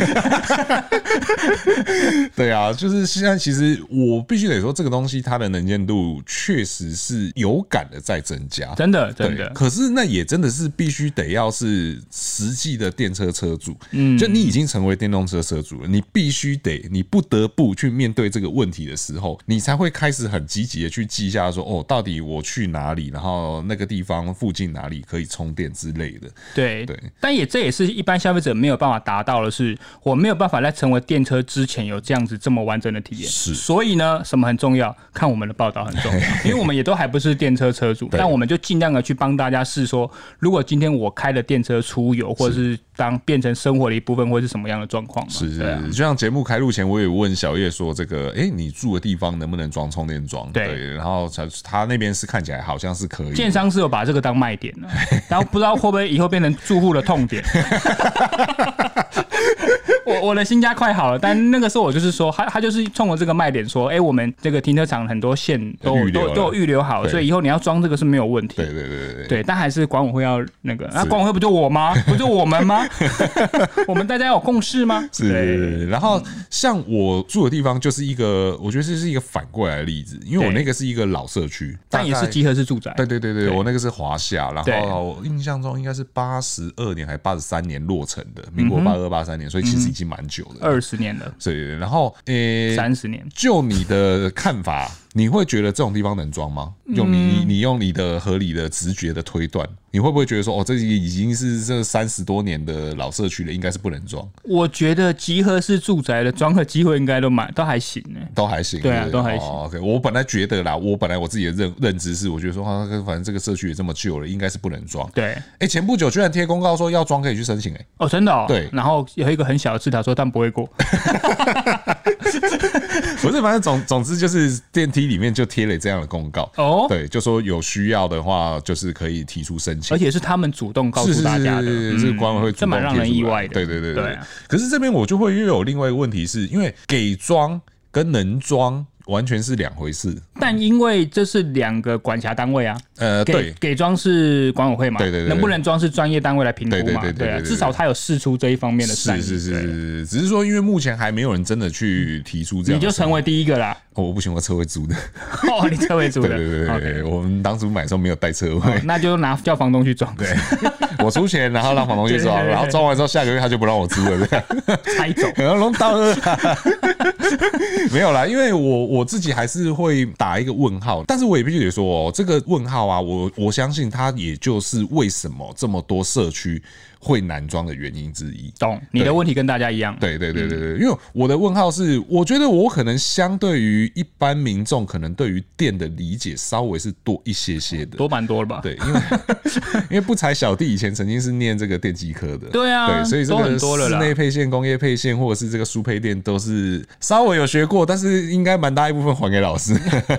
Speaker 1: 对啊，就是现在，其实我必须得说，这个东西它的能见度确实是有感的在增加。
Speaker 2: 真的真
Speaker 1: 对
Speaker 2: 的，
Speaker 1: 可是那也真的是必须得要是实际的电车车主，嗯，就你已经成为电动车车主了，你必须得，你不得不去面对这个问题的时候，你才会开始很积极的去记一下说，哦，到底我去哪里，然后那个地方附近哪里可以充电之类的，
Speaker 2: 对
Speaker 1: 对
Speaker 2: 但也这也是一般消费者没有办法达到的是，我没有办法在成为电车之前有这样子这么完整的体验。
Speaker 1: 是
Speaker 2: 所以呢，什么很重要？看我们的报道很 重要，因为我们也都还不是电车车主，
Speaker 1: 对
Speaker 2: 但我们就尽量的去帮大家试说，如果今天我开了电车出游，或者是当变成生活的一部分，会是什么样的状况嘛？
Speaker 1: 是是
Speaker 2: 对啊
Speaker 1: 是，就像节目开录前，我也问小叶说，这个哎、诶你住的地方能不能装充电桩？
Speaker 2: 对
Speaker 1: 然后他他那边是看起来好像是可以的，
Speaker 2: 建商是有把这个当卖点的， 然后不知道会不会以后变成住户的痛点。 我我的新家快好了，但那个时候我就是说，他他就是冲着这个卖点说，哎、我们这个停车场很多线都
Speaker 1: 预留
Speaker 2: 都
Speaker 1: 了
Speaker 2: 都有预留好，
Speaker 1: 对
Speaker 2: 所以以后你要装这个是没有问题
Speaker 1: 对。对对对对。
Speaker 2: 对，但还是管委会要那个，那、管委会不就我吗？ 不就我们吗？我们大家有共识吗？
Speaker 1: 是是是
Speaker 2: 对，
Speaker 1: 是，然后像我住的地方就是一个，我觉得这是一个反过来的例子，因为我
Speaker 2: 对
Speaker 1: 那个是一个老社区，
Speaker 2: 但也
Speaker 1: 大
Speaker 2: 是
Speaker 1: 概
Speaker 2: 集合式住宅。
Speaker 1: 对对对对，
Speaker 2: 对
Speaker 1: 我那个是华夏，然
Speaker 2: 对
Speaker 1: 后我印象中应该是八十二年还八十三年落成的，民
Speaker 2: 嗯
Speaker 1: 国八二八三年，所以其实已经蛮久了。
Speaker 2: 二十年了，
Speaker 1: 对，然后诶，
Speaker 2: 三十年。
Speaker 1: 就你的看法，你会觉得这种地方能装吗？用你你用你的合理的直觉的推断，你会不会觉得说，哦，这已经是这三十多年的老社区了，应该是不能装，
Speaker 2: 我觉得集合式住宅的装的机会应该都蛮都还行呢、
Speaker 1: 都还行，
Speaker 2: 对啊
Speaker 1: 不
Speaker 2: 都还行
Speaker 1: 哦 OK，我本来觉得啦，我本来我自己的认认知是，我觉得说，啊，反正这个社区也这么旧了，应该是不能装。
Speaker 2: 对，
Speaker 1: 哎，前不久居然贴公告说要装可以去申请，哎，
Speaker 2: 哦，真的哦。
Speaker 1: 对
Speaker 2: 然后有一个很小的字，他说但不会 过。
Speaker 1: 不是，反正总总之就是电梯里面就贴了这样的公告，
Speaker 2: 哦，
Speaker 1: 对，就说有需要的话，就是可以提出申请
Speaker 2: 而。且是他们主动告
Speaker 1: 是
Speaker 2: 诉
Speaker 1: 是
Speaker 2: 大
Speaker 1: 是
Speaker 2: 家的，嗯
Speaker 1: 是是，管委会主
Speaker 2: 这
Speaker 1: 动
Speaker 2: 蛮让人
Speaker 1: 贴出
Speaker 2: 意
Speaker 1: 来
Speaker 2: 外的。
Speaker 1: 对对对
Speaker 2: 对
Speaker 1: 对
Speaker 2: 啊。
Speaker 1: 可是这边我就会又有另外一个问题是，因为给装跟能装完全是两回事。
Speaker 2: 但因为这是两个管辖单位啊，
Speaker 1: 呃，
Speaker 2: 给
Speaker 1: 对，
Speaker 2: 给装是管委会嘛，
Speaker 1: 对对对对
Speaker 2: 能不能装是专业单位来评估
Speaker 1: 对对
Speaker 2: 嘛，
Speaker 1: 对对对
Speaker 2: 啊，
Speaker 1: 对对
Speaker 2: 至少他有试出这一方面的善
Speaker 1: 是是
Speaker 2: 意，
Speaker 1: 是是
Speaker 2: 对，
Speaker 1: 是，只是说因为目前还没有人真的去提出这
Speaker 2: 你
Speaker 1: 样的
Speaker 2: 就
Speaker 1: 事，
Speaker 2: 成为第一个 啦，
Speaker 1: 哦我不行，我车位租的。
Speaker 2: 哦，你车位 主
Speaker 1: 对
Speaker 2: 的，
Speaker 1: 对对对
Speaker 2: OK
Speaker 1: 对，我们当初买的时候没有带车位，
Speaker 2: 那就拿叫房东去装，对，
Speaker 1: 我出钱，然后让房东去
Speaker 2: 对对
Speaker 1: 装，
Speaker 2: 对对
Speaker 1: 然后装完之后下个月他就不让我租了，这样。
Speaker 2: 拆走。
Speaker 1: 可能龙到二啦， 没有啦，因为我我自己还是会打一个问号，但是我也必须得说哦，这个问号啊，我我相信它也就是为什么这么多社区会难装的原因之一。
Speaker 2: 懂，你的
Speaker 1: 对
Speaker 2: 问题跟大家一样，
Speaker 1: 对对对对对，因为我的问号是，我觉得我可能相对于一般民众，可能对于电的理解稍微是多一些些的。
Speaker 2: 多蛮多了吧？
Speaker 1: 对，因 为因为不才小弟以前曾经是念这个电机科的，
Speaker 2: 对啊
Speaker 1: 对，所以这
Speaker 2: 都很
Speaker 1: 个
Speaker 2: 多了
Speaker 1: 室
Speaker 2: 啦
Speaker 1: 内配线、工业配线或者是这个输配电都是稍微有学过，但是应该蛮大一部分还给老师。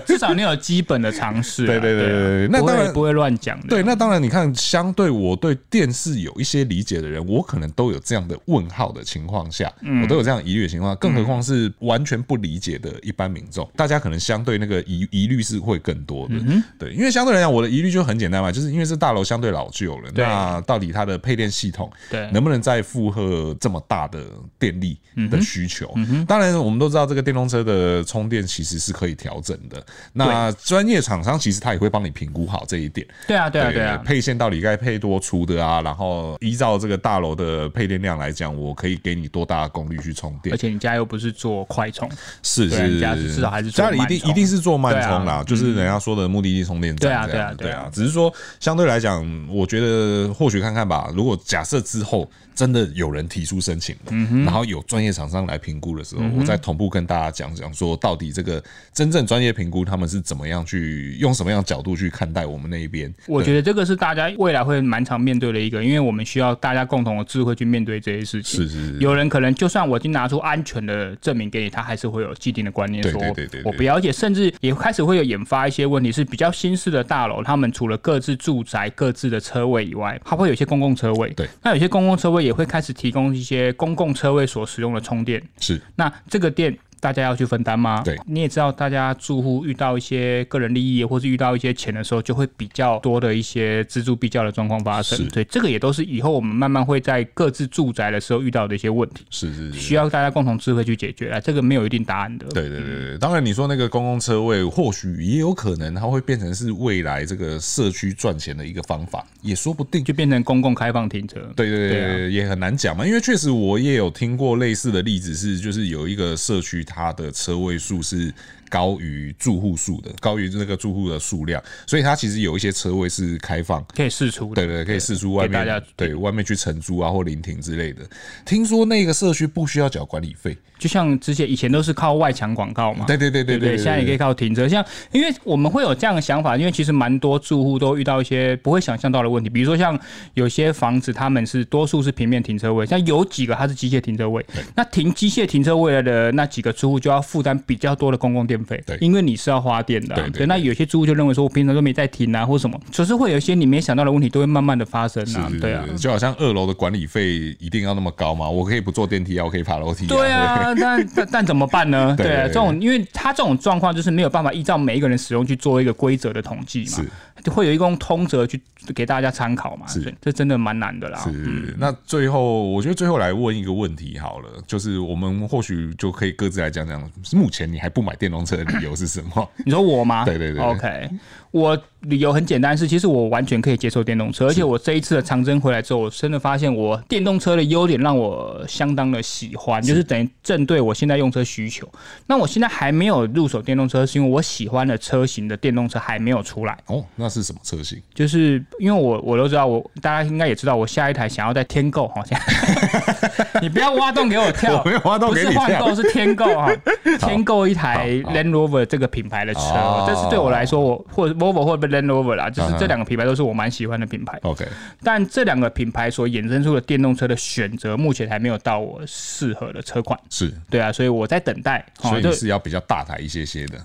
Speaker 2: 至少你有基本的常识啊。
Speaker 1: 对对对对对
Speaker 2: 啊
Speaker 1: 那
Speaker 2: 不
Speaker 1: 当
Speaker 2: 会
Speaker 1: 然
Speaker 2: 不会乱讲的。
Speaker 1: 对，那当然，你看，相对我对电视有一些理解的人，我可能都有这样的问号的情况下，
Speaker 2: 嗯
Speaker 1: 我都有这样疑虑的情况下，更何况是完全不理解的一般民众，大家可能相对那个疑疑虑是会更多的。
Speaker 2: 嗯
Speaker 1: 对，因为相对来讲，我的疑虑就很简单嘛，就是因为这大楼相对老旧了，
Speaker 2: 对
Speaker 1: 那到底它的配电系统
Speaker 2: 对嗯
Speaker 1: 能不能再负荷这么大的电力的需求？当然，我们都知道这个电动车的充电其实是可以调整的，那专业厂商其实他也会帮你评估好这一点。
Speaker 2: 对啊对啊对啊，
Speaker 1: 配线到底该配多粗的啊？然后依照这个大楼的配电量来讲，我可以给你多大的功率去充电
Speaker 2: 而？且你家又不是做快充，
Speaker 1: 是
Speaker 2: 对啊
Speaker 1: 是
Speaker 2: 人家
Speaker 1: 是，
Speaker 2: 至少还是做
Speaker 1: 家里一定
Speaker 2: 慢充
Speaker 1: 一定是做慢充
Speaker 2: 对啊嗯
Speaker 1: 啦，就是人家说的目的地充电站
Speaker 2: 对啊
Speaker 1: 这样子
Speaker 2: 对啊对啊
Speaker 1: 对啊，只是说相对来讲，我觉得或许看看吧。如果假设之后真的有人提出申请
Speaker 2: 嗯
Speaker 1: 了，然后有专业厂商来评估的时候，我再同步跟大家讲讲说，到底这个真正专业评估他们是怎么样去用什么样的角度去看待我们那一边。
Speaker 2: 我
Speaker 1: 对
Speaker 2: 觉得这个是大家未来会蛮常面对的一个，因为我们需要大家共同的智慧去面对这些事情。
Speaker 1: 是是是
Speaker 2: 有人可能就算我已经拿出安全的证明给你，他还是会有既定的观念
Speaker 1: 对
Speaker 2: 说
Speaker 1: 对对对对
Speaker 2: 我不了解，甚至也开始会有引发一些问题，是比较新式的大楼，他们除了各自住宅、各自的车位以外，它会有一些公共车位。
Speaker 1: 对，
Speaker 2: 那有些公共车位也会开始提供一些公共车位所使用的充电。
Speaker 1: 是。
Speaker 2: 那这个店大家要去分担吗？
Speaker 1: 对
Speaker 2: 你也知道，大家住户遇到一些个人利益或是遇到一些钱的时候，就会比较多的一些锱铢必较的状况发生。
Speaker 1: 是
Speaker 2: 所以这个也都是以后我们慢慢会在各自住宅的时候遇到的一些问题，
Speaker 1: 是是是，
Speaker 2: 需要大家共同智慧去解决啊，这个没有一定答案的。
Speaker 1: 嗯对对对对，当然你说那个公共车位，或许也有可能它会变成是未来这个社区赚钱的一个方法，也说不定。
Speaker 2: 就变成公共开放停车。
Speaker 1: 对对对，
Speaker 2: 对
Speaker 1: 也很难讲嘛，因为确实我也有听过类似的例子，是就是有一个社区，它的车位数是高于住户数的，高于那个住户的数量，所以它其实有一些车位是开放
Speaker 2: 可以试出的。
Speaker 1: 对对，可以试出外
Speaker 2: 给大家
Speaker 1: 面，对外面去承租啊或临停之类的。听说那个社区不需要缴管理费，
Speaker 2: 就像之前以前都是靠外墙广告嘛，
Speaker 1: 对对对对
Speaker 2: 对不对，
Speaker 1: 对，
Speaker 2: 现在也可以靠停车。像因为我们会有这样的想法，因为其实蛮多住户都遇到一些不会想象到的问题，比如说像有些房子他们是多数是平面停车位，像有几个它是机械停车位，那停机械停车位的那几个住户就要负担比较多的公共电费
Speaker 1: 对，
Speaker 2: 因为你是要花电的啊、
Speaker 1: 对对
Speaker 2: 那有些住户就认为说我平常都没在停啊，或什么，就是会有一些你没想到的问题都会慢慢的发生啊
Speaker 1: 是，是
Speaker 2: 对啊。
Speaker 1: 是就好像二楼的管理费一定要那么高吗？我可以不坐电梯啊，我可以爬楼梯、啊。
Speaker 2: 对啊，但但但怎么办 呢？
Speaker 1: 对
Speaker 2: 对啊，
Speaker 1: 对
Speaker 2: 这种因为他这种状况就是没有办法依照每一个人使用去做一个规则的统计嘛
Speaker 1: 是。
Speaker 2: 会有一种通则去给大家参考嘛。
Speaker 1: 是
Speaker 2: 所以这真的蛮难的啦。
Speaker 1: 是，那最后我觉得最后来问一个问题好了，就是我们或许就可以各自来讲讲，目前你还不买电动车的理由是什 么？
Speaker 2: 你说我吗？
Speaker 1: 对对对
Speaker 2: OK，我理由很简单，是其实我完全可以接受电动车，而且我这一次的长征回来之后，我真的发现我电动车的优点让我相当的喜欢，就是等于正对我现在用车需求。那我现在还没有入手电动车，是因为我喜欢的车型的电动车还没有出来。
Speaker 1: 哦，那是什么车型？
Speaker 2: 就是因为我我都知道我，大家应该也知道，我下一台想要在天购哈，现在 你不要挖洞给我跳，
Speaker 1: 我没有挖洞给你
Speaker 2: 不是换
Speaker 1: 跳
Speaker 2: 购是天购 哈，天购一台
Speaker 1: 好
Speaker 2: Land Rover 这个品牌的车
Speaker 1: 哦，
Speaker 2: 这是对我来说，我或者 Volvo 或者 Land Rover 啦，就是
Speaker 1: 嗯哼
Speaker 2: 这两个品牌都是我蛮喜欢的品牌，
Speaker 1: OK，
Speaker 2: 但这两个品牌所衍生出的电动车的选择，目前还没有到我适合的车款，
Speaker 1: 是，
Speaker 2: 对啊，所以我在等待，哦
Speaker 1: 所以
Speaker 2: 就
Speaker 1: 你是要比较大台一些些的。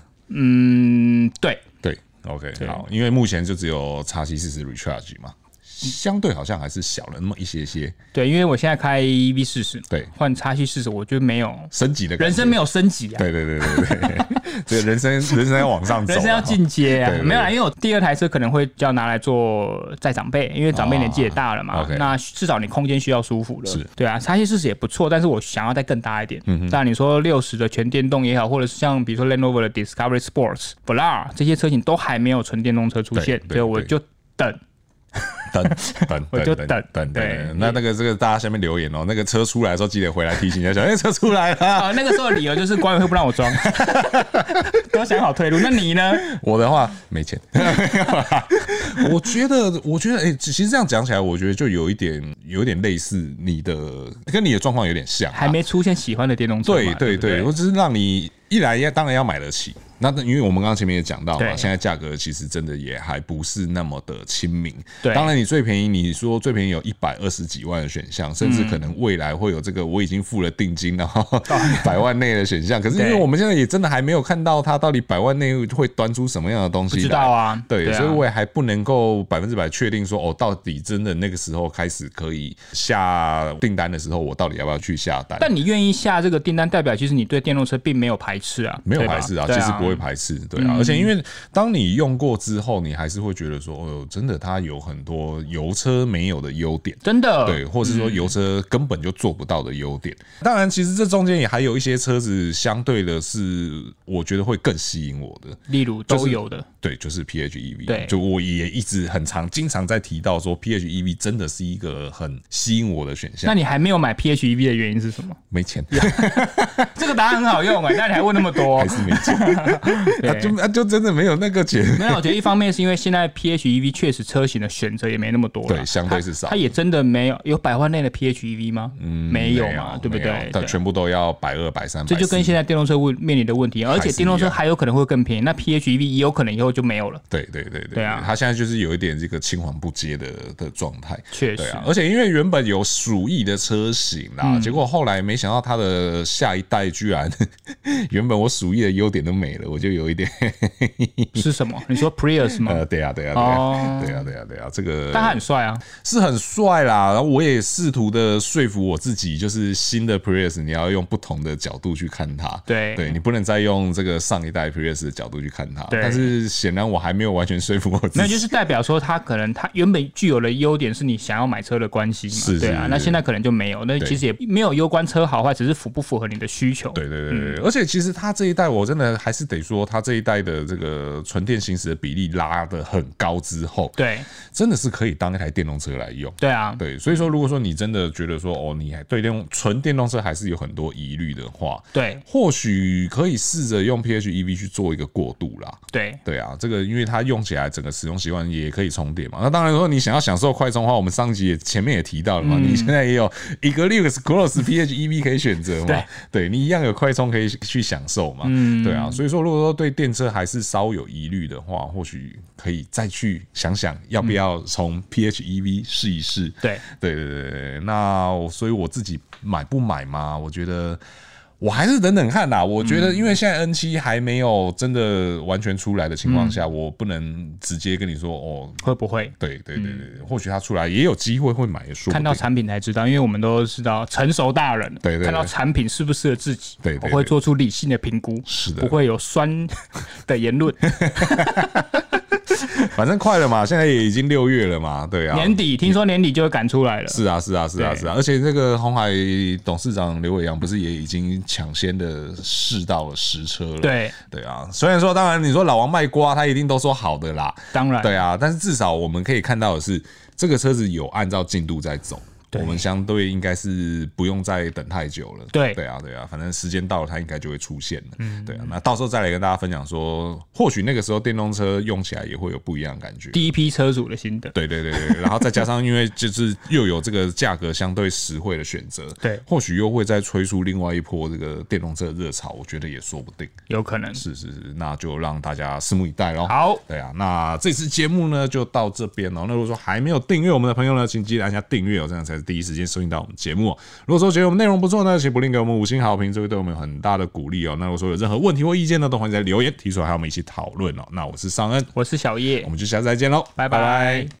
Speaker 2: 嗯对。
Speaker 1: 对，OK，
Speaker 2: 对
Speaker 1: 好，因为目前就只有叉七四十 Recharge 嘛，相对好像还是小了那么一些些，
Speaker 2: 对，因为我现在开 V 四十，
Speaker 1: 对
Speaker 2: 换叉七四十，我就没有
Speaker 1: 升级的感
Speaker 2: 人
Speaker 1: 觉
Speaker 2: 生没有升级啊，
Speaker 1: 对对对对 对，这个人生人生要往上走啊，
Speaker 2: 人生要进阶啊
Speaker 1: 对对，对
Speaker 2: 没有啦，因为我第二台车可能会要拿来做载长辈，因为长辈年纪也大了
Speaker 1: 哦
Speaker 2: 嘛
Speaker 1: ，OK，
Speaker 2: 那至少你空间需要舒服了
Speaker 1: 是，嗯
Speaker 2: 对啊，叉七四十也不错，但是我想要再更大一点。当然你说六十的全电动也好，或者是像比如说 Land Rover 的 Discovery Sports、b l a r 这些车型都还没有纯电动车出现
Speaker 1: 对，对
Speaker 2: 所以我
Speaker 1: 对
Speaker 2: 就等。
Speaker 1: 等 等，
Speaker 2: 我就
Speaker 1: 等
Speaker 2: 等
Speaker 1: 等
Speaker 2: 对
Speaker 1: 等。那那个这个大家下面留言哦，那个车出来的时候记得回来提醒一下，小哎车出来了。
Speaker 2: 啊，那个时候的理由就是管委会不让我装， 都想好退路。那你呢？
Speaker 1: 我的话没钱， 我觉得我觉得哎，其实这样讲起来，我觉得就有一点有一点类似你的，跟你的状况有点像啊，
Speaker 2: 还没出现喜欢的电动车嘛？
Speaker 1: 对
Speaker 2: 对
Speaker 1: 对
Speaker 2: 不
Speaker 1: 对，我只是让你一来要当然要买得起。那因为我们刚刚前面也讲到嘛
Speaker 2: 对，
Speaker 1: 现在价格其实真的也还不是那么的亲民。
Speaker 2: 对
Speaker 1: 当然你最便宜，你说最便宜有一百二十几万的选项，甚至可能未来会有这个我已经付了定金，然后 百万内的选项。可是因为
Speaker 2: 哦对
Speaker 1: 我们现在也真的还没有看到它到底百万内会端出什么样的东西
Speaker 2: 不
Speaker 1: 来，
Speaker 2: 知道啊
Speaker 1: 对，
Speaker 2: 对啊
Speaker 1: 所以我也还不能够百分之百确定说哦，到底真的那个时候开始可以下订单的时候，我到底要不要去下单？
Speaker 2: 但你愿意下这个订单，代表其实你对电动车并没有排斥啊，嗯
Speaker 1: 没有
Speaker 2: 对吧
Speaker 1: 排斥啊，
Speaker 2: 对
Speaker 1: 其实不会排斥，对啊，而且因为当你用过之后，你还是会觉得说，哦，真的它有很多油车没有的优点。
Speaker 2: 真的
Speaker 1: 对，或是说油车根本就做不到的优点。当然，其实这中间也还有一些车子相对的是，我觉得会更吸引我的。
Speaker 2: 例如
Speaker 1: 就
Speaker 2: 都
Speaker 1: 是
Speaker 2: 有的，
Speaker 1: 对，就是 PHEV。
Speaker 2: 对
Speaker 1: 啊就我也一直很常经常在提到说，PHEV 真的是一个很吸引我的选
Speaker 2: 那
Speaker 1: 项。
Speaker 2: 你还没有买 PHEV 的原因是什么？
Speaker 1: 没钱，
Speaker 2: 这个答案很好用哎、那你还问那么多
Speaker 1: 还？是没钱，
Speaker 2: 对啊
Speaker 1: 啊就啊就真的没有那个钱。
Speaker 2: 没有，我觉得一方面是因为现在 PHEV 确实车型的选择也没那么多了，
Speaker 1: 对相对是少
Speaker 2: 它它也真的没有有百万内的 PHEV 吗？嗯，没有嘛，对不
Speaker 1: 没有
Speaker 2: 对？
Speaker 1: 但
Speaker 2: 对
Speaker 1: 全部都要百二、百三，
Speaker 2: 这就跟现在电动车问面临的问题一样，而
Speaker 1: 还
Speaker 2: 且
Speaker 1: 是
Speaker 2: 电动
Speaker 1: 一
Speaker 2: 车
Speaker 1: 样
Speaker 2: 还有可能会更便宜，那 PHEV 也有可能以后就没有了。
Speaker 1: 对对对对
Speaker 2: 对啊
Speaker 1: 他现在就是有一点这个青黄不接的的状态，
Speaker 2: 确
Speaker 1: 对啊，
Speaker 2: 实
Speaker 1: 而且因为原本有鼠疫的车型
Speaker 2: 嗯
Speaker 1: 啦，结果后来没想到它的下一代居然 原本我鼠疫的优点都没了，我就有一点
Speaker 2: 是什么？你说 Prius 吗？
Speaker 1: 呃，对啊对啊对
Speaker 2: 哦
Speaker 1: 啊对啊对啊对啊，这个
Speaker 2: 但他很帅啊，
Speaker 1: 是很帅啦，然后我也试图的说服我自己，就是新的 Prius 你要用不同的角度去看它，
Speaker 2: 对
Speaker 1: 对你不能再用这个上一代 Prius 的角度去看它，
Speaker 2: 对
Speaker 1: 但是显然我还没有完全说服我自己，
Speaker 2: 没有，就是代表说它可能它原本具有的优点是你想要买车的关系嘛，
Speaker 1: 是
Speaker 2: 对
Speaker 1: 是
Speaker 2: 啊
Speaker 1: 是，
Speaker 2: 那现在可能就没有，那其实也没有攸关车好坏，只是符不符合你的需求。
Speaker 1: 对对对对，
Speaker 2: 嗯
Speaker 1: 而且其实它这一代，我真的还是得说，它这一代的这个纯电行驶的比例拉得很高之后，
Speaker 2: 对
Speaker 1: 真的是可以当一台电动车来用。
Speaker 2: 对啊，
Speaker 1: 对，所以说，如果说你真的觉得说，哦，你还对电动纯电动车还是有很多疑虑的话，
Speaker 2: 对
Speaker 1: 或许可以试着用 PHEV 去做一个过渡啦。
Speaker 2: 对
Speaker 1: 对啊，这个因为它用起来整个使用习惯也可以充电嘛。那当然，如果你想要享受快充的话，我们上集也前面也提到了嘛，你现在也有 e g l i x Cross PHEV 可以选择嘛，
Speaker 2: 对
Speaker 1: 你一样有快充可以去享受嘛。对啊，所以说如果说对电车还是稍有疑虑的话，或许可以再去想想要不要从 PHEV 试一试。
Speaker 2: 对
Speaker 1: 对对对对，那我所以我自己买不买嘛？我觉得我还是等等看啦。我觉得
Speaker 2: 嗯
Speaker 1: 因为现在 N 七还没有真的完全出来的情
Speaker 2: 嗯
Speaker 1: 况下，我不能直接跟你说哦。
Speaker 2: 会不会？
Speaker 1: 对对对对，或许它出来也有机会会买，也说不
Speaker 2: 嗯看到
Speaker 1: 定。
Speaker 2: 产品才知道，因为我们都知道成熟大人了，
Speaker 1: 对对对
Speaker 2: 看到产品适不适合自己，
Speaker 1: 对对对
Speaker 2: 我会做 出理性的评估，
Speaker 1: 是的
Speaker 2: 不会有酸的言论。
Speaker 1: 反正快了嘛，现在也已经六月了嘛，对啊，
Speaker 2: 年底听说年底就会赶出来了，
Speaker 1: 是啊，是啊，是啊，
Speaker 2: 对
Speaker 1: 是啊，而且这个红海董事长刘伟阳不是也已经抢先的试到了实车了？
Speaker 2: 对，
Speaker 1: 对啊，虽然说，当然你说老王卖瓜，他一定都说好的啦，
Speaker 2: 当然
Speaker 1: 对啊，但是至少我们可以看到的是，这个车子有按照进度在走。
Speaker 2: 对
Speaker 1: 我们相对应该是不用再等太久了。
Speaker 2: 对嗯
Speaker 1: 对啊，对啊，反正时间到了，它应该就会出现了。对啊，那到时候再来跟大家分享说，或许那个时候电动车用起来也会有不一样的感觉。
Speaker 2: 第一批车主的心得，
Speaker 1: 对对对对，然后再加上因为就是又有这个价格相对实惠的选择，
Speaker 2: 对
Speaker 1: 或许又会再催出另外一波这个电动车热潮，我觉得也说不定。
Speaker 2: 有可能
Speaker 1: 是是是，那就让大家拭目以待喽。
Speaker 2: 好
Speaker 1: 对啊，那这次节目呢就到这边哦。那如果说还没有订阅我们的朋友呢，请记得按下订阅哦，这样才是第一时间收听到我们节目、哦。如果说觉得我们内容不错呢，请不吝给我们五星好评，这会对我们有很大的鼓励哦。那如果说有任何问题或意见呢，都欢迎在留言提出来，还有我们一起讨论哦。那我是尚恩，
Speaker 2: 我是小叶
Speaker 1: 我，们就下次再见喽，
Speaker 2: 拜拜